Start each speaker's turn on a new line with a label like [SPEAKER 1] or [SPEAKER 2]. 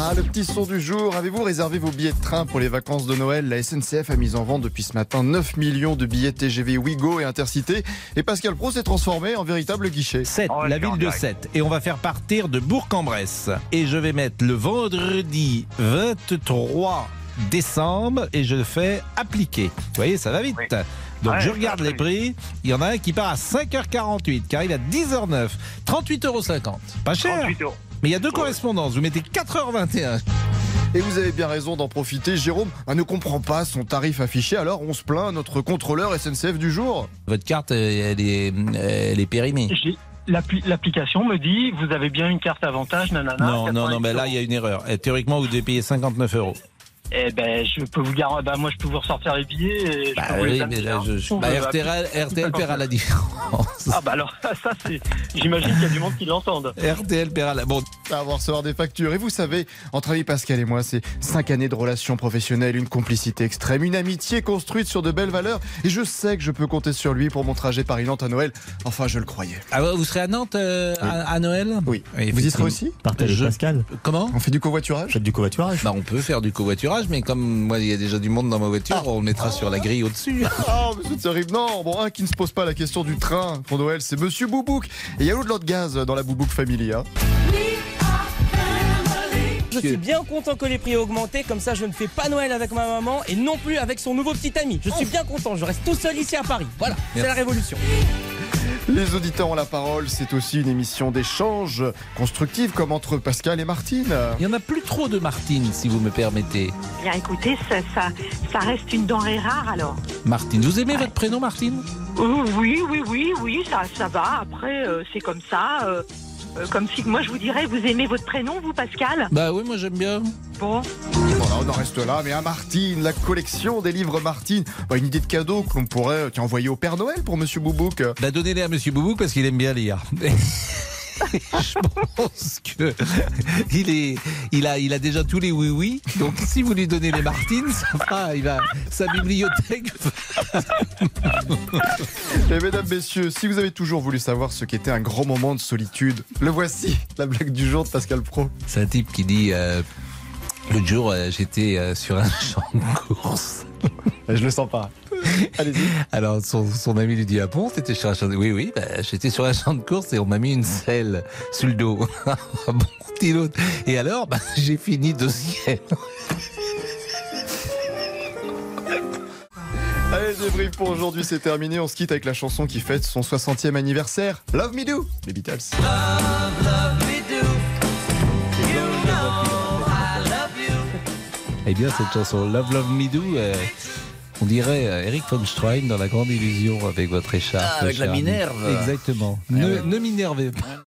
[SPEAKER 1] Ah, le petit son du jour. Avez-vous réservé vos billets de train pour les vacances de Noël La SNCF a mis en vente depuis ce matin 9 millions de billets TGV Ouigo et Intercité. Et Pascal Pro s'est transformé en véritable guichet.
[SPEAKER 2] 7,
[SPEAKER 3] On va
[SPEAKER 2] la
[SPEAKER 3] le faire
[SPEAKER 2] ville
[SPEAKER 3] en
[SPEAKER 2] de
[SPEAKER 3] direct.
[SPEAKER 2] 7. Et on va faire partir de Bourg-en-Bresse. Et je vais mettre le vendredi 23 décembre et je fais appliquer. Vous voyez, ça va vite.
[SPEAKER 3] Oui.
[SPEAKER 2] Donc
[SPEAKER 3] Ouais,
[SPEAKER 2] je
[SPEAKER 3] ça
[SPEAKER 2] regarde
[SPEAKER 3] va
[SPEAKER 2] les
[SPEAKER 3] très
[SPEAKER 2] prix. Il y en a un qui part à 5h48, qui arrive à 10h09. 38,50 euros. Pas cher.
[SPEAKER 3] 38 euros.
[SPEAKER 2] Mais il y a deux correspondances. Vous mettez 4h21.
[SPEAKER 1] Et vous avez bien raison d'en profiter. Jérôme ah, ne comprend pas son tarif affiché, alors on se plaint à notre contrôleur SNCF du jour.
[SPEAKER 2] Votre carte, euh, elle est, euh, elle est périmée.
[SPEAKER 4] J'ai- l'appli- L'application me dit, vous avez bien une carte avantage, nanana.
[SPEAKER 2] Non, non, non, mais là, il y a une erreur. Eh, Théoriquement, vous devez payer 59 euros.
[SPEAKER 4] Eh ben, je peux vous garantir, bah, moi, je peux vous ressortir les billets et je
[SPEAKER 2] Bah
[SPEAKER 4] peux vous les
[SPEAKER 2] oui, mais
[SPEAKER 4] amener,
[SPEAKER 2] là,
[SPEAKER 4] hein.
[SPEAKER 2] je- je-
[SPEAKER 4] On
[SPEAKER 2] bah,
[SPEAKER 4] peut
[SPEAKER 2] RTL, RTL paiera la différence.
[SPEAKER 4] Ah bah alors, ça, c'est, j'imagine qu'il y a du monde qui l'entende.
[SPEAKER 2] RTL paiera la. Bon,
[SPEAKER 1] à avoir recevoir des factures. Et vous savez, entre amis Pascal et moi, c'est cinq années de relations professionnelles, une complicité extrême, une amitié construite sur de belles valeurs. Et je sais que je peux compter sur lui pour mon trajet Paris-Nantes à Noël. Enfin, je le croyais.
[SPEAKER 2] Ah ouais, vous serez à Nantes euh, à, à Noël
[SPEAKER 1] Oui. vous y
[SPEAKER 2] effectivement.
[SPEAKER 1] serez aussi
[SPEAKER 5] Partagez
[SPEAKER 2] Je-
[SPEAKER 5] Pascal.
[SPEAKER 2] Comment
[SPEAKER 1] On fait du covoiturage
[SPEAKER 5] Faites du covoiturage.
[SPEAKER 2] bah, on peut faire du covoiturage, mais comme moi, il y a déjà du monde dans ma voiture,
[SPEAKER 1] Ah.
[SPEAKER 2] on le mettra sur la grille au-dessus.
[SPEAKER 1] Oh, monsieur de Serrive, non Bon, un qui ne se pose pas la question du train pour Noël, c'est monsieur Boubouk. Et il y a l'autre de gaz dans la Boubouk Family. hein.
[SPEAKER 6] Je suis bien content que les prix aient augmenté, comme ça je ne fais pas Noël avec ma maman et non plus avec son nouveau petit ami. Je suis bien content, je reste tout seul ici à Paris. Voilà, c'est la
[SPEAKER 2] Oh. Merci.
[SPEAKER 6] révolution.
[SPEAKER 1] Les auditeurs ont la parole, c'est aussi une émission d'échange constructive comme entre Pascal et Martine.
[SPEAKER 2] Il n'y en a plus trop de Martine, si vous me permettez.
[SPEAKER 7] Bien écoutez, ça, ça, ça reste une denrée rare alors.
[SPEAKER 2] Martine, vous aimez votre prénom, Martine
[SPEAKER 7] Euh, Oui, oui, oui, oui, ça, ça va. Après, euh, c'est comme ça. euh, euh, comme si moi je vous dirais, vous aimez votre prénom, vous Pascal
[SPEAKER 2] Bah oui, moi j'aime bien.
[SPEAKER 7] Bon,
[SPEAKER 1] Voilà, on en reste là, mais à Martine, la collection des livres Martine, Bah, une idée de cadeau que l'on pourrait euh, tiens, envoyer au Père Noël pour Monsieur Boubouk.
[SPEAKER 2] Bah donnez-les à Monsieur Boubouk parce qu'il aime bien lire. Je pense que il est, il a, il a déjà tous les oui oui. Donc si vous lui donnez les Martines, ça fera, il va, sa bibliothèque.
[SPEAKER 1] Et Eh, mesdames, messieurs, si vous avez toujours voulu savoir ce qu'était un grand moment de solitude, le voici, la blague du jour de Pascal Pro.
[SPEAKER 2] C'est un type qui dit. euh, L'autre jour, euh, j'étais euh, sur un champ de course.
[SPEAKER 1] Je le sens pas. Allez-y.
[SPEAKER 2] Alors, son, son ami lui dit Ah bon, t'étais sur un champ de Oui, oui, bah, j'étais sur un champ de course et on m'a mis une selle sur le dos. Ah bon, dit l'autre. Et alors, bah, j'ai fini deuxième.
[SPEAKER 1] Allez, débrief pour aujourd'hui, c'est terminé. On se quitte avec la chanson qui fête son 60e anniversaire, Love Me Do, les Beatles.
[SPEAKER 2] Eh bien, cette chanson Love Love Me Do, euh, on dirait euh, Eric von Stroheim dans La Grande Illusion avec votre écharpe.
[SPEAKER 8] Ah, avec la
[SPEAKER 2] cher ami.
[SPEAKER 8] Minerve.
[SPEAKER 2] Exactement. Ne, ne m'énervez pas.